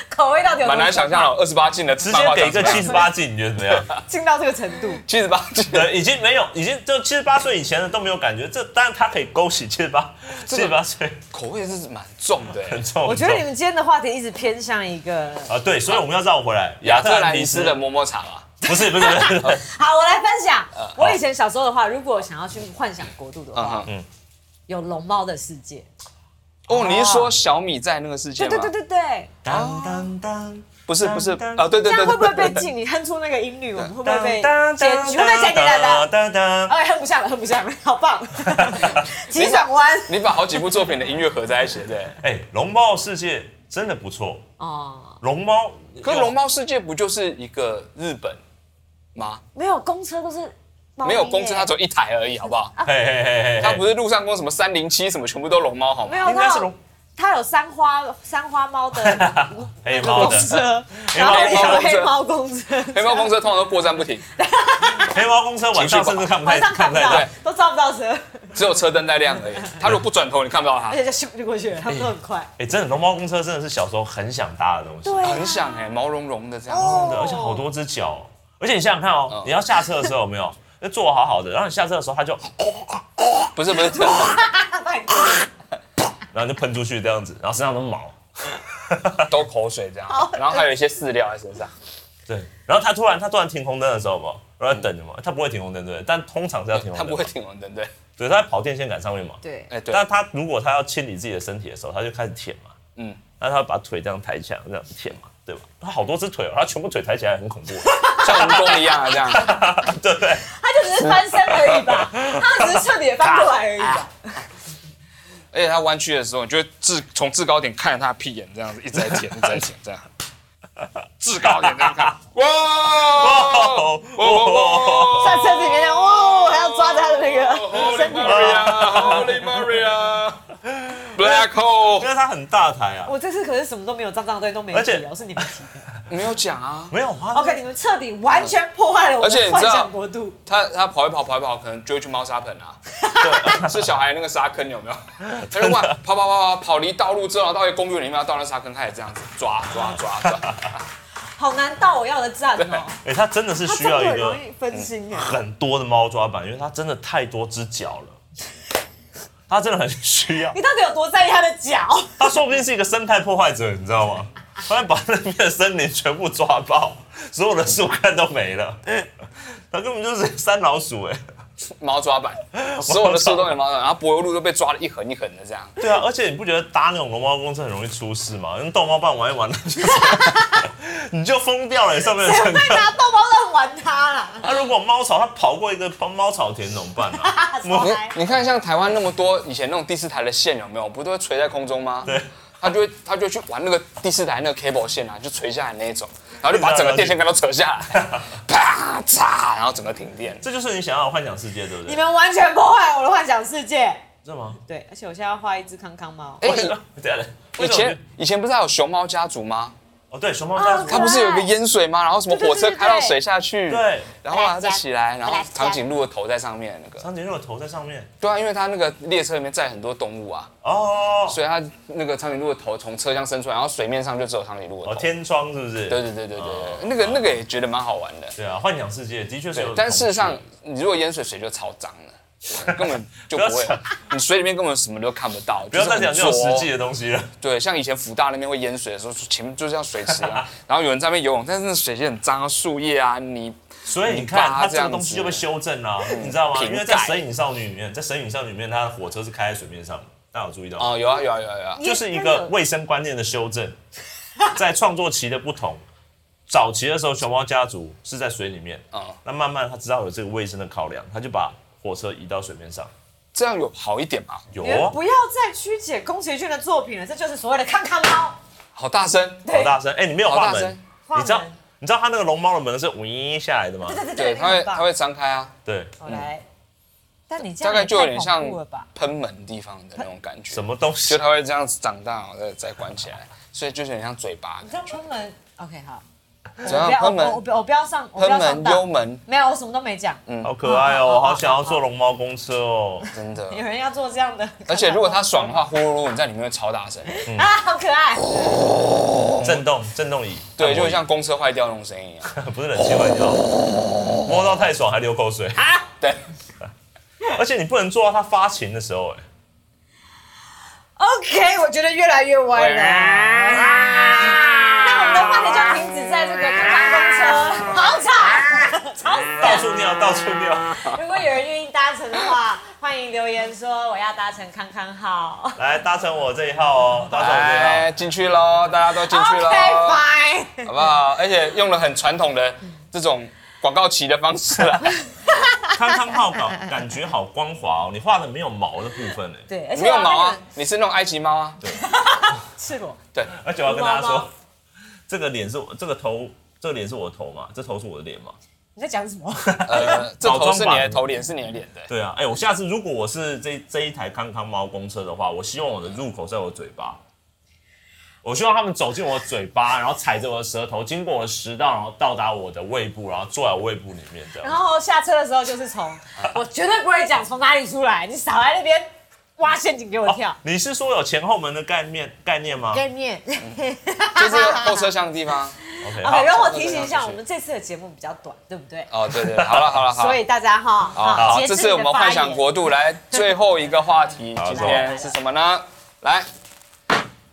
S2: 口味到底有多
S1: 蛮难想象哦，二十八禁的
S3: 直
S1: 直
S3: 接给一个七十八禁，你觉得怎么样？
S2: 进到这个程度？
S1: 七十八禁的，
S3: 对，已经没有，已经就七十八岁以前的都没有感觉。这当然他可以勾起七 十八，七十八岁
S1: 口味是蛮重的欸。
S3: 很重。
S2: 我觉得
S3: 很重
S2: 你们今天的话题一直偏向一个。
S1: 嗯
S3: 啊，对，所以我们要绕回来
S1: 亚特兰提斯的摸摸茶啊嘛，
S3: 不是不 是不是，不是
S2: 嗯好，我来分享。我以前小时候的话，如果想要去幻想国度的
S1: 嗯
S2: 话
S1: 哼，。
S2: 有龙猫的世界。
S1: 哦，你是说小米在那个事件
S2: 对
S1: 吗？
S2: 对对对对，
S3: 当当当，
S1: 不是不是
S3: 当
S1: 啊，对对对，
S2: 这样
S1: 对
S2: 会不会
S1: 对
S2: 被
S1: 对
S2: 禁？你哼出那个音律，我们会不会被
S3: 当当
S2: 检举？会不会检举来的？
S3: 当当，
S2: 哎，哼不下了，哼不下了， 好 棒！急转弯
S1: 你把好几部作品的音乐合在一起，对。
S3: 哎，龙猫的世界真的不错，
S2: 哦，
S3: 龙猫，
S1: 可是《龙猫世界》不就是一个日本吗？
S2: 没有公车都是猫咪耶
S1: 没有公车，
S2: 哦
S1: 它只有一台而已，好不好？
S3: 嘿，嘿嘿嘿嘿，
S1: 它不是路上公什么三零七什么，全部都龙猫，好
S2: 没
S1: 吗？
S2: 有，
S3: 应该
S2: 它
S3: 是
S2: 有
S3: 龙
S2: 它有三花三花猫 的
S3: 黑猫
S2: 公
S3: 的
S2: 车，
S3: 黑
S2: 然后
S3: 猫
S2: 也有
S1: 公车
S2: 黑猫公车，
S1: 黑猫公车通常都过站不停，
S3: 黑猫公车晚上甚至看不太
S2: 晚上看不
S3: 看不太
S2: 到
S3: 到
S1: 对，
S2: 都照不到车，
S1: 只有车灯在亮而已。它如果不转头，你看不到它
S2: 而。且就咻就过去了，他们都很快。
S3: 哎，真的龙猫公车真的是小时候很想搭的东西，
S2: 对啊，
S1: 很想哎，毛茸茸的这样
S2: 哦嗯
S1: 子。
S3: 而且好多只脚，而且你想想看哦，你要下车的时候有没有？就坐好好的，然后你下车的时候，它就，
S1: 不是不是，
S2: 拜托
S3: 然后就喷出去这样子，然后身上都是毛，
S1: 都口水这样，然后还有一些饲料在身上。
S3: 对，然后它突然它突然停红灯的时候嘛，然后在等着嘛，它不会停红灯对不对，但通常是要停红
S1: 它
S3: 灯，
S1: 不会，停红灯，对。
S3: 对，它在跑电线杆上面嘛，
S2: 对，
S1: 哎，对。
S3: 但他如果他要清理自己的身体的时候，他就开始舔嘛，
S1: 嗯
S3: 嗯，那他把腿这样抬起来，这样舔嘛，对吧？他好多只腿哦，他全部腿抬起来很恐怖，
S1: 像蜈蚣一样啊，这样。
S3: 对不对？
S2: 他就只是翻身而已吧，他只是彻底地翻过来而已吧。
S1: 而且它弯曲的时候，你就会至从制高点看着它的屁眼这样子，一直在舔，一直在舔，这样。制高点这样看，哇！
S3: 哦哦，
S2: 在车子里面这样，哇，还要抓着他的那个身体。
S1: Maria，Holy Maria， Black hole
S3: 因为它很大台啊，
S2: 我这次可是什么都没有，脏脏的东西都没
S3: 而且
S2: 提哦，是你们提的。
S1: 没有讲啊，
S3: 没有啊
S2: OK，你们彻底完全破坏了我
S1: 而且
S2: 的
S1: 你
S2: 幻
S1: 知道
S2: 想国度。
S1: 他他跑一跑跑一跑，可能就会去猫砂盆啊，对，是小孩那个沙坑有没有？他就哇跑跑跑跑跑离道路之后，然后到一个公园里面，到那沙坑开始这样子抓抓抓抓，
S2: 好难到我要的站哦、
S3: 哎、它真的是
S2: 它
S3: 需
S2: 真
S3: 要
S2: 的
S3: 一
S2: 很
S3: 个
S2: 容易分心耶。
S3: 很多的猫抓板，因为它真的太多只脚了， 它真的很需要。
S2: 你到底有多在意他的脚？
S3: 它说不定是一个生态破坏者，你知道吗？它会把那边的森林全部抓爆，所有的树干都没了。它根本就是三老鼠哎、
S1: 猫抓板，所有的树都有猫抓板，然后柏油路都被抓的一横一横的这样。
S3: 对啊，而且你不觉得搭那种龙猫公车很容易出事吗？用逗猫棒玩一玩，就是 你就疯掉了，上面的乘
S2: 谁
S3: 客
S2: 会。拿豆包蛋玩他啦？
S3: 那、如果猫草它跑过一个猫草田怎么办啊？
S2: 我
S1: 你你看，像台湾那么多以前那种第四台的线有没有，不都会垂在空中吗？
S3: 对。
S1: 他就会他就会去玩那个第四台那个 cable 线啊，就垂下来那一种，然后就把整个电线杆都扯下来，啪嚓，然后整个停电。
S3: 这就是你想要的幻想世界，对不
S2: 你
S3: 对？
S2: 们完全破坏我的幻想世界。
S3: 是吗？
S2: 对，而且我现在要画一只康康猫。
S1: 哎、
S3: 对啊，对啊。
S1: 以以
S3: 为什么
S1: 前啊以前不是还有熊猫家族吗？
S3: 哦，对，熊猫家
S2: 哦
S3: 族
S1: 它不是有一个淹水吗？然后什么火车
S2: 对对对对
S1: 开到水下去，
S3: 对
S1: 然后啊
S2: 我来加
S1: 再起来，然后
S2: 我来加
S1: 长颈鹿的头在上面那个，
S3: 长颈鹿的头在上面
S1: 对啊，因为它那个列车里面载很多动物啊，
S3: 哦，
S1: 所以它那个长颈鹿的头从车厢伸出来，然后水面上就只有长颈鹿的
S3: 哦
S1: 头。
S3: 天哦窗是不是？
S1: 对对对对对对，那个那个也觉得蛮好玩的。
S3: 对啊，幻想世界的确是
S1: 对
S3: 有，
S1: 但事实上
S3: 恐，
S1: 你如果淹水，水就超脏了，根本就不
S3: 不
S1: 会
S3: 要讲，
S1: 你水里面根本什么都看不到。
S3: 惧不要再讲这种
S1: 就是很
S3: 实
S1: 浊
S3: 际的东西了。
S1: 对，像以前福大那边会淹水的时候，前面就像水池啊，然后有人在那边游泳，但是那水就很脏啊，树叶啊，你
S3: 所以你
S1: 泥
S3: 看，
S1: 巴
S3: 它这
S1: 这
S3: 个
S1: 样
S3: 东西
S1: 子嗯
S3: 就被修正了，你知道吗？
S1: 瓶
S3: 因
S1: 盖
S3: 为在《神隐少女》里面，在《神隐少女》里面，它的火车是开在水面上的，大家有注意到吗？
S1: 哦，有啊有啊有啊有啊，
S3: 就是一个卫生观念的修正，在创作期的不同。早期的时候，熊猫家族是在水里面，
S1: 嗯
S3: 那慢慢他知道有这个卫生的考量，他就把火车移到水面上。
S1: 这样有好一点嘛？
S3: 有
S2: 你们
S3: 哦，
S2: 不要再曲解宫崎骏的作品了，这就是所谓的康康猫。
S1: 好大声，
S3: 好大声！哎、你没有画
S1: 好大
S3: 门
S1: 声，
S3: 你知道
S2: 画门
S3: 你知道他那个龙猫的门是嗡下来的吗
S2: 对？对对
S1: 对，
S2: 对，
S1: 它会它
S2: 它
S1: 会张开啊，
S3: 对，
S2: 我来。但你这
S1: 大
S2: 样
S1: 概
S2: 也
S1: 就有点
S2: 太
S1: 像
S2: 恐怖了吧？
S1: 喷门地方的那种感觉，
S3: 什么东
S1: 就
S3: 西？
S1: 它会这样子长大，然后再再关起来，所以就是很像嘴巴
S2: 你，这样喷门，OK 好。
S1: 怎样
S2: 不要
S1: 喷
S2: 我我
S1: 门
S2: 不我不要上，我不
S1: 喷
S2: 要上
S1: 门幽
S2: 当。
S1: 门，
S2: 没有，我什么都没讲。嗯，
S3: 好可爱
S2: 好
S3: 哦，
S2: 好
S3: 我
S2: 好
S3: 好想要坐龙猫公车哦。
S1: 真的。
S2: 有人要做这样的，
S1: 而且如果它爽的话，呼噜噜你在里面会超大
S3: 嗯
S1: 声，
S2: 啊，好可爱。
S3: 震动，震动椅，
S1: 对，
S3: 按摩
S1: 就
S3: 椅
S1: 像公车坏掉那种声音一样。
S3: 不是 冷气坏掉，摸到太爽还流口水，
S1: 对，
S3: 而且你不能坐到它发情的时候、哎。
S2: OK，我觉得越来越 歪了。
S1: 嗯
S2: 那我们的话题就停止在这个空港公车， 好吵，吵死
S3: 到
S2: 了。
S3: 处尿，到处尿。
S2: 如果有人愿意搭乘的话，欢迎留言说我要搭乘康康号。
S3: 来搭乘我这一
S2: 哎
S3: 号哦，搭乘我这一
S1: 来
S3: 号。
S1: 哎进去喽，大家都进去
S2: OK
S1: 喽，
S2: fine。
S1: 好不好？而且用了很传统的这种广告旗的方式啊 啦，
S3: 康康号搞感觉好光滑哦，你画的没有毛的部分哎。
S2: 对，而且
S1: 没有
S2: 要那
S1: 毛
S2: 个
S1: 啊，你是那种埃及猫啊，
S2: 赤裸。
S1: 对，
S3: 而且我要跟大家
S2: 毛毛
S3: 说，这个脸是我这个头，这个脸是我的头嘛，这头是我的脸嘛。
S2: 你在讲什么？
S1: 呃，这
S3: 脑中
S1: 头是你的
S3: 版
S1: 头，脸是你的脸，对。
S3: 对啊，哎、我下次如果我是这这一台康康猫公车的话，我希望我的入口在我嘴巴。我希望他们走进我的嘴巴，然后踩着我的舌头，经过我的食道，然后到达我的胃部，然后坐在我胃部里面这
S2: 然
S3: 样。
S2: 后下车的时候就是从，我绝对不会讲从哪里出来，你少来那边挖陷阱给我跳。
S3: 啊你是说有前后门的概念概念吗
S2: 概念。
S1: 就是后车厢的地方。
S3: ？OK，好
S2: OK，让我
S1: 好
S2: 提醒一
S1: 谢谢
S2: 下，我们这次的节目比较短，对不对？
S1: 哦，对对，好了好了好
S2: 所以
S1: 了。
S2: 大家哈，
S1: 好，
S2: 节制
S1: 这
S2: 你
S1: 是
S2: 的
S1: 我们
S2: 发
S1: 幻想
S2: 言
S1: 国度来最后一个话题，
S3: 好
S1: 今
S3: 来来
S2: 来
S1: 天是什么呢？来，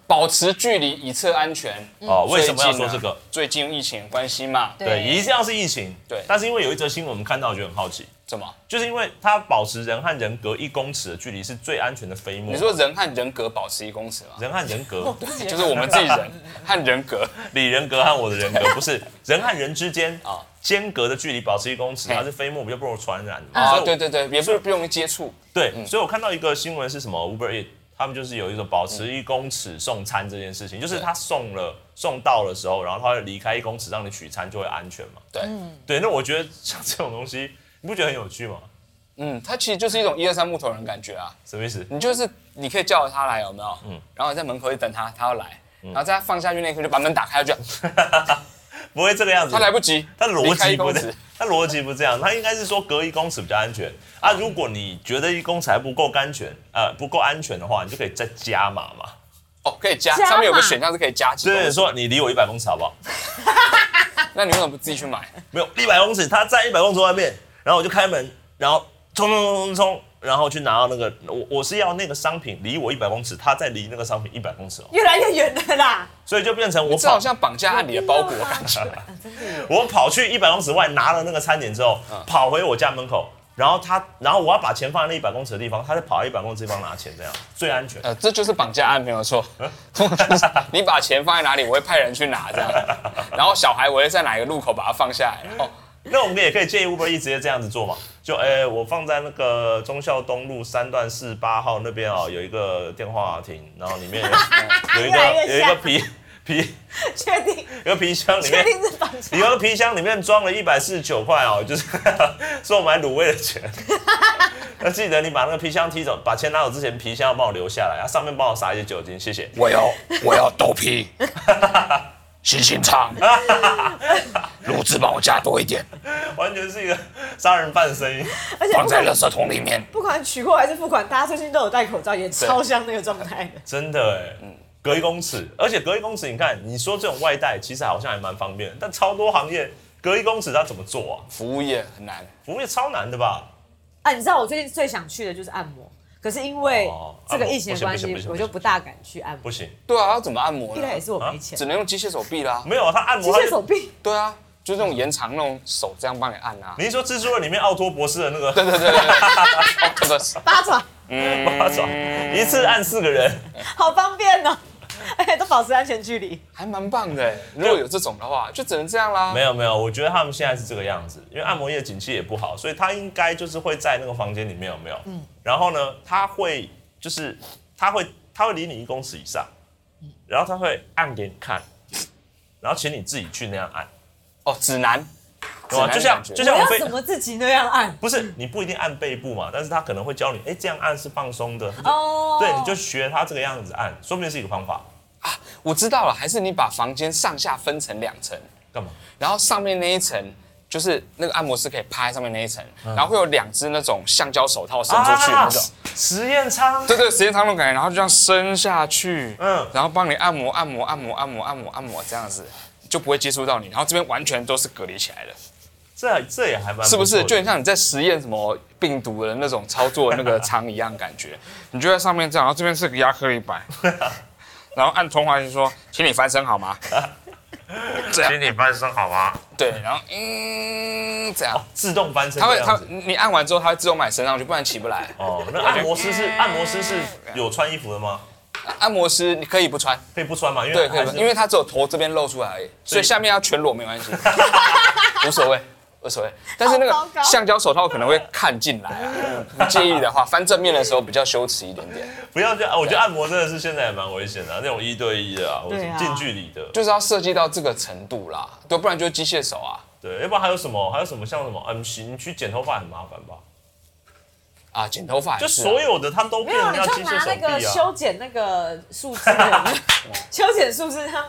S1: 保持距离以测安全。
S3: 哦，
S2: 嗯
S3: 为什么要
S1: 最近
S3: 说
S1: 啊
S3: 这个？？
S1: 最近疫情关系嘛，
S3: 对，一定要是疫情。
S1: 对
S3: 但是因为有一则新闻我们看到，我觉得很好奇，
S1: 怎么？
S3: 就是因为它保持人和人隔一公尺的距离是最安全的飞沫。
S1: 你说人和人格保持一公尺吗？
S3: 人和 人格，
S1: 就是我们自己 人和人格，
S3: 李人格和我的人格，不是人和人之间
S1: 啊
S3: 间隔的距离保持一公尺，
S1: 嘿
S3: 它是飞沫比较不容易传染的嘛。所以
S1: 啊，
S3: 我
S1: 对对嗯对，也不不容易接触。
S3: 对，所以我看到一个新闻是什么？Uber Eat 他们就是有一种保持一公尺送餐这件事情，就是他送了送到的时候，然后他会离开一公尺让你取餐，就会安全嘛。
S1: 对，
S3: 对，那我觉得像这种东西，你不觉得很有趣吗？
S1: 嗯，它其实就是一种一二三木头人感觉啊，
S3: 什么意思？
S1: 你就是你可以叫他来，有没有？嗯，然后在门口就等他，他要来，
S3: 嗯
S1: 然后在他放下去那一刻就把门打开，就
S3: 不会这个样子。
S1: 他来不及，
S3: 他逻
S1: 离开一
S3: 辑不
S1: 公
S3: 对
S1: 尺，
S3: 他逻辑不这样，他应该是说隔一公尺比较安全啊。如果你觉得一公尺还不够安全，呃，不够安全的话，你就可以再加码嘛。
S1: 哦，可以加，
S2: 加
S1: 上面有个
S2: 嘛
S1: 选项是可以加几
S3: 所
S1: 公
S3: 以
S1: 尺，
S3: 说你离我一百公尺好不好？
S1: 那你为什么不自己去买？
S3: 没有一百公尺，他在一百公尺外面，然后我就开门，然后冲冲冲冲冲，然后去拿到那个我我是要那个商品离我一百公尺，他再离那个商品一百公尺哦，
S2: 越来越远了啦。
S3: 所以就变成我
S1: 这好
S3: 跑
S1: 像绑架案里的包裹感 觉。
S3: 我跑去一百公尺外拿了那个餐点之后，
S2: 嗯
S3: 跑回我家门口，然后他然后我要把钱放在那一百公尺的地方，他再跑到一百公尺的地方拿钱，这样最安全。
S1: 呃，这就是绑架案，没有错。
S3: 嗯
S1: 你把钱放在哪里，我会派人去拿这样。然后小孩我会在哪一个路口把它放下来，哦然后
S3: 那我们也可以建议 Uber E 直接这样子做嘛，就哎、我放在那个忠孝东路三段四八号那边哦，有一个电话亭，然后里面有 有一
S2: 越来
S3: 个
S2: 越
S3: 有一个
S2: 像
S3: 皮皮
S2: 确定，
S3: 有一个皮箱里
S2: 确
S3: 面。
S2: 定是绑架
S3: 有。个皮箱里面装了一百四十九块哦，就是 是我买卤味的钱。 那记得你把那个皮箱踢走，把钱拿走之前，皮箱要帮我留下来，啊，上面帮我撒一些酒精，谢谢。
S1: 我要我要豆 皮，星星肠，卤汁帮我加多一点，
S3: 完全是一个 杀人犯的声音。
S2: 而且不管
S1: 圾桶里面。
S2: 不管取货还是付款，大家最近都有戴口罩，也超像那个状态的。
S3: 真的哎、隔一公尺，而且隔一公尺，你看，你说这种外带其实好像还蛮方便的，但超多行业隔一公尺它怎么做啊？
S1: 服务业很难，
S3: 服务业超难的吧？
S2: 啊，你知道我最近最想去的就是按摩，可是因为
S3: 哦
S2: 这个疫情的关
S3: 按
S2: 系
S3: 摩不行不行不，行
S2: 我就不大敢去按摩
S3: 不。行，
S1: 对啊，要怎么按摩
S2: 一
S1: 呢
S2: 来？也是我没钱
S1: 只，能用机械手臂啦。
S3: 没有啊，他按
S2: 机
S3: 摩他
S2: 械手
S3: 就，
S2: 臂。
S1: 对啊，就这种延长那种手这样帮你按啊。
S3: 你是说蜘蛛人里面奥托博士的那个
S1: 对对对对对， 哦这个是
S2: 八爪，
S3: 八爪，一次按四个人，
S2: 好方便哦， 而且都保持安全距离。
S1: 还蛮棒的欸。如果有这种的话，就只能这样啦
S3: 没。有没有，我觉得他们现在是这个样子，因为按摩业景气也不好，所以他应该就是会在那个房间里面有没有？嗯。然后呢，他会就是他会他会离你一公尺以上，然后他会按给你看，然后请你自己去那样按，
S1: 哦，指南，
S3: 对
S1: 指南
S3: 吧？
S1: 的
S3: 就像
S1: 感觉
S3: 就
S2: 我
S3: 像我
S2: 要
S3: 非
S2: 怎么自己那样按？
S3: 不是你不一定按背部嘛，但是他可能会教你，哎，这样按是放松的，
S2: 哦，
S3: 对，你就学他这个样子按，说不定是一个方法。
S1: 我知道了，还是你把房间上下分成两层，
S3: 干嘛？
S1: 然后上面那一层就是那个按摩师可以趴在上面那一层，然后会有两只那种橡胶手套伸出去那种，
S3: 实验舱
S1: 啊对对，时间长那种感觉，然后就这样伸下去，
S3: 嗯
S1: 嗯，然后帮你按摩按摩按摩按摩按摩按摩这样子。就不会接触到你，然后这边完全都是隔离起来的，
S3: 嗯这这也还蛮
S1: 是不
S3: 错
S1: 是？
S3: 的
S1: 就很像你在实验什么病毒的那种操作那个舱一样感觉，你就在上面这样，然后这边是个亚克力 板，然后按通话就说，请你翻身好吗？
S3: 请你翻身好吗？
S1: 对，然后嗯，这样，
S3: 自动翻身
S1: 它
S3: 哦这
S1: 会
S3: 样
S1: 它
S3: 子。
S1: 你按完之后，它会自动买身上去，不然起不来。
S3: 哦，那按 摩师是按摩师是有穿衣服的吗？
S1: 按摩师你可以不穿，
S3: 可以不穿嘛？因为
S1: 对，可以
S3: 还
S1: 不
S3: 是
S1: 穿，因为它只有头这边露出来而已，所以下面要全裸没关 系，无所谓。无所谓，但是那
S2: 好糟
S1: 个
S2: 糕
S1: 橡胶手套可能会看进来啊，不介意的话，翻正面的时候比较羞耻一点点，
S3: 不要这样。啊我觉得按摩真的是现在也蛮危险的啊，那种一对一的啊，或者
S2: 对啊
S3: 近距离的，
S1: 就是要设计到这个程度啦，对，不然就是机械手啊
S3: 对，要不然还有什么？还有什么像什么 M 型？你去剪头发很麻烦吧？
S1: 啊，剪头发也
S3: 就是
S1: 啊
S3: 所有的它都
S2: 没
S3: 变
S2: 有，
S3: 成
S2: 你
S3: 要
S2: 就
S3: 机械
S2: 拿
S3: 手
S2: 那个
S3: 臂啊。
S2: 修剪那个树 枝的，修剪树枝，他们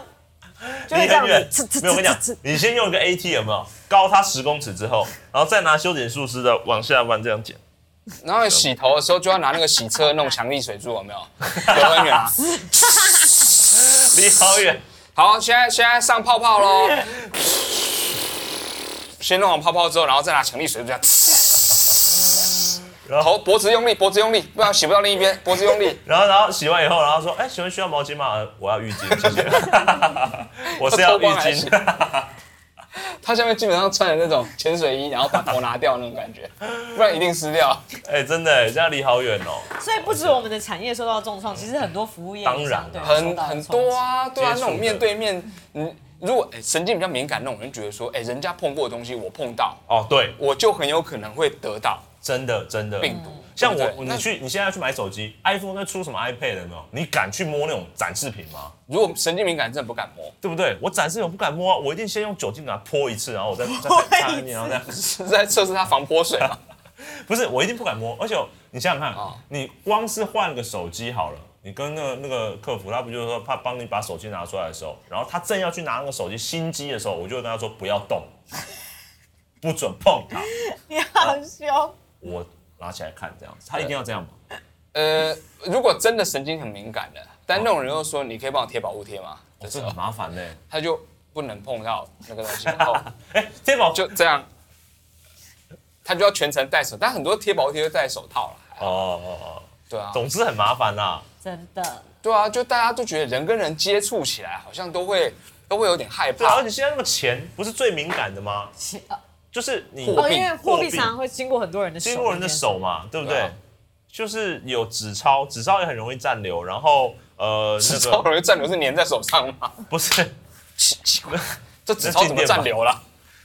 S2: 就会
S3: 离
S2: 这样
S3: 很远
S2: 子，，
S3: 没有我 跟你讲，你先用一个 AT 有没有？高它十公尺之后，然后再拿修剪术师的往下弯这样剪。
S1: 然后洗头的时候就要拿那个洗车那种强力水柱，有没有？有很 远啊。
S3: 离好远，
S1: 好，现在现在上泡泡 喽。先弄好泡泡之后，然后再拿强力水就这样。
S3: 然后
S1: 头脖子用力，脖子用力，不然洗不到另一边。脖子用 力，
S3: 然后，然后洗完以后，然后说：“哎，请问需要毛巾吗？呃我要浴巾，谢谢。我是要浴巾。
S1: 他下面基本上穿的那种潜水衣，然后把头拿掉那种感觉，不然一定湿掉。
S3: 哎、真的哎，这样离好远哦。
S2: 所以不止我们的产业受到重创，其实很多服务业
S3: 当
S2: 也
S3: 然
S2: 相对
S3: 了
S2: 受
S1: 很
S2: 到
S1: 很
S2: 冲击
S1: 多啊，对啊，
S3: 接
S1: 那
S3: 触
S1: 种
S3: 的
S1: 面对面，嗯，如果、哎神经比较敏感那种人，觉得说，哎、人家碰过的东西我碰到，
S3: 哦，对，
S1: 我就很有可能会得到
S3: 真的真的。
S1: 病毒。
S3: 嗯像
S1: 对
S3: 我
S1: 不，对
S3: 你去，你现在要去买手机，iPhone 在出什么 iPad 了没有？你敢去摸那种展示品吗？
S1: 如果神经敏感，真的不敢摸，
S3: 对不对？我展示品我不敢摸啊，我一定先用酒精给它泼一次，然后我再再
S2: 泼一 次
S3: 擦一遍，然后再
S1: 是在测试它防泼水嘛。
S3: 不是，我一定不敢摸。而且
S4: 你想想看
S1: 啊，
S4: 你光是换个手机好了，你跟那个那个客服，他不就是说怕帮你把手机拿出来的时候，然后他正要去拿那个手机新机的时候，我就会跟他说不要动， 不准碰它。
S2: 你好凶，
S4: 我拿起来看这样子，他一定要这样吗？
S1: 呃，如果真的神经很敏感的，但那种人又说你可以帮我贴保护贴吗？
S4: 哦
S1: 的时
S4: 这
S1: 候
S4: 很，麻烦呢、
S1: 他就不能碰到那个东西，然后
S4: 哎、贴保
S1: 就这样，他就要全程戴手，但很多贴保护贴都戴手套了。
S4: 哦哦
S1: 对啊，
S3: 总之很麻烦啦、
S2: 真的。
S1: 对啊，就大家都觉得人跟人接触起来好像都会都会有点害
S3: 对啊，而
S1: 怕，
S3: 且现在那个钱不是最敏感的吗？就是你
S1: 货
S2: 哦，
S1: 币
S2: 因为货币常常会经过很多人的手，
S3: 经过人的手嘛，对不对？
S1: 对啊
S3: 就是有纸钞，纸钞也很容易占流，然后呃，
S1: 纸
S3: 那
S1: 钞
S3: 个
S1: 容易暂留是粘在手上吗？
S3: 不是，
S1: 奇奇怪，这纸钞怎么啊暂留了？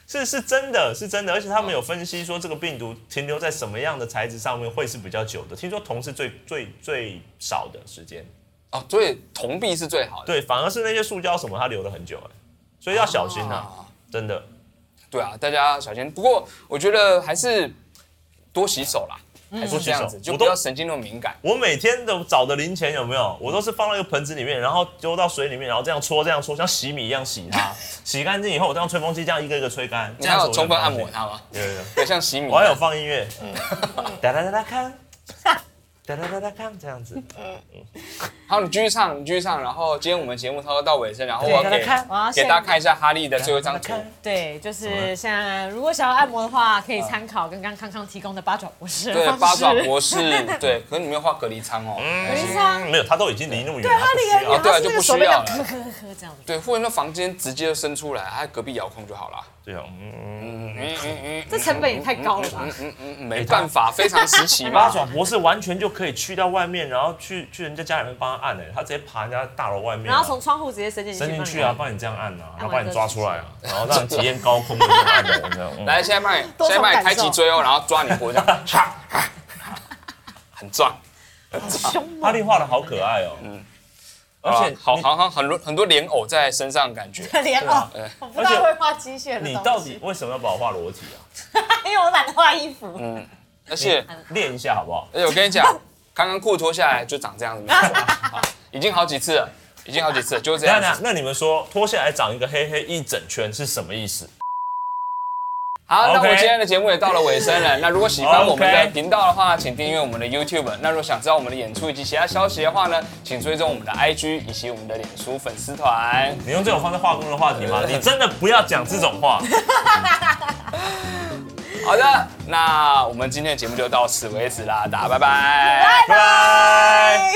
S3: 是是真的是真的，而且他们有分析说这个病毒停留在什么样的材质上面会是比较久的，听说铜是最最最少的时间，
S1: 哦，所以铜币是最好的。
S3: 对，反而是那些塑胶什么它留了很久、哎，所以要小心啊，真的。
S1: 对啊，大家小心。不过我觉得还是多洗手啦，还是这样子，
S3: 嗯多洗手
S1: 就
S3: 我
S1: 不
S3: 都
S1: 要神经那么敏感。
S3: 我每天的找的零钱有没有？我都是放到一个盆子里面，然后丢到水里面，然后这样搓，这样搓，像洗米一样洗它。洗干净以后，我再用吹风机这样一个一个吹干。
S1: 你
S3: 这
S1: 还
S3: 样子
S1: 有
S3: 我就
S1: 充分按
S3: 放
S1: 摩
S3: 心。
S1: 它吗？
S3: 有有有，
S1: 对，像洗米。
S3: 我还有放音乐，
S1: 嗯
S3: 哒哒哒哒看，哒哒哒哒看，这样子。
S1: 嗯好，你继续唱，你继续唱。然后今天我们节目差不多到尾声，然后我
S2: 对
S1: 要
S2: 大
S1: 给
S2: 家看我要
S1: 给
S2: 先
S1: 大家看一下哈利的哦最后一
S3: 哒
S1: 张
S3: 哒
S1: 图。
S3: 看
S2: 对，就是像如果想要按摩的话，可以
S3: 啊
S2: 参考刚刚康康提供的八爪博士的
S1: 对
S2: 方，式。
S1: 八爪博士，对，可是你没有画隔离舱哦。
S2: 等一下，
S3: 嗯没有，他都已经离那么远，
S2: 对他那个
S1: 啊
S2: 人，
S1: 对啊
S2: 他是
S1: 就
S2: 那
S1: 不
S2: 个手
S1: 需
S2: 背
S1: 要
S2: 的
S1: 了
S2: 呵呵呵这样子，
S1: 对，或者那房间直接就伸出来，还隔壁遥控就好了。
S3: 对啊，嗯，
S1: 嗯嗯嗯
S2: 这成本也太高了吧？
S1: 嗯嗯嗯，没办法，非常时期
S3: 八
S1: 嘛。
S3: 爪博士完全就可以去到外面，然后去去人家家里面帮他按诶，他直接爬人家大楼外面啊，
S2: 然后从窗户直接伸进去，
S3: 伸进去啊，，帮你这样按啊，然后把
S2: 完
S3: 你
S2: 之
S3: 抓
S2: 后
S3: 出来啊，然后让你体验高空的这个按钮，这样。 嗯
S1: 来，现在帮你，
S2: 多
S1: 现在
S2: 重
S1: 帮你
S2: 感
S1: 开启
S2: 受
S1: 追哦，然后抓你脖 这样，哈哈很壮。
S2: 凶
S3: 哈
S2: 猛。
S3: 利画的好可爱哦，嗯，而且
S1: 啊好
S3: 你
S1: 好像很多很多莲藕在身上感 觉。
S2: 莲藕，哦
S1: 啊
S2: 我不
S3: 而且
S2: 大会画机械的
S3: 你
S2: 东
S3: 到
S2: 西
S3: 底为什么要把我画裸体啊？
S2: 因为我懒得画衣
S1: 嗯
S2: 服，
S1: 而且
S3: 练一下好不好？
S1: 而且我跟你 讲，刚刚裤脱下来就长这样子，没错啊，已经好几次了，已经好几次了，啊就是这
S3: 那
S1: 样
S3: 那
S1: 子。
S3: 那你们说脱下来长一个黑黑一整圈是什么意思？
S1: 好，那我
S3: OK
S1: 们今天的节目也到了尾声 了。那如果喜欢我们的
S3: OK
S1: 频道的话，请订阅我们的 YouTube。那如果想知道我们的演出以及其他消息的话呢，请追踪我们的 IG 以及我们的脸书粉丝团。
S3: 你用这种方式化工的话题吗？你真的不要讲这种话。
S1: 好的，那我们今天的节目就到此为止啦，大家拜拜。
S2: 哎
S3: 拜拜。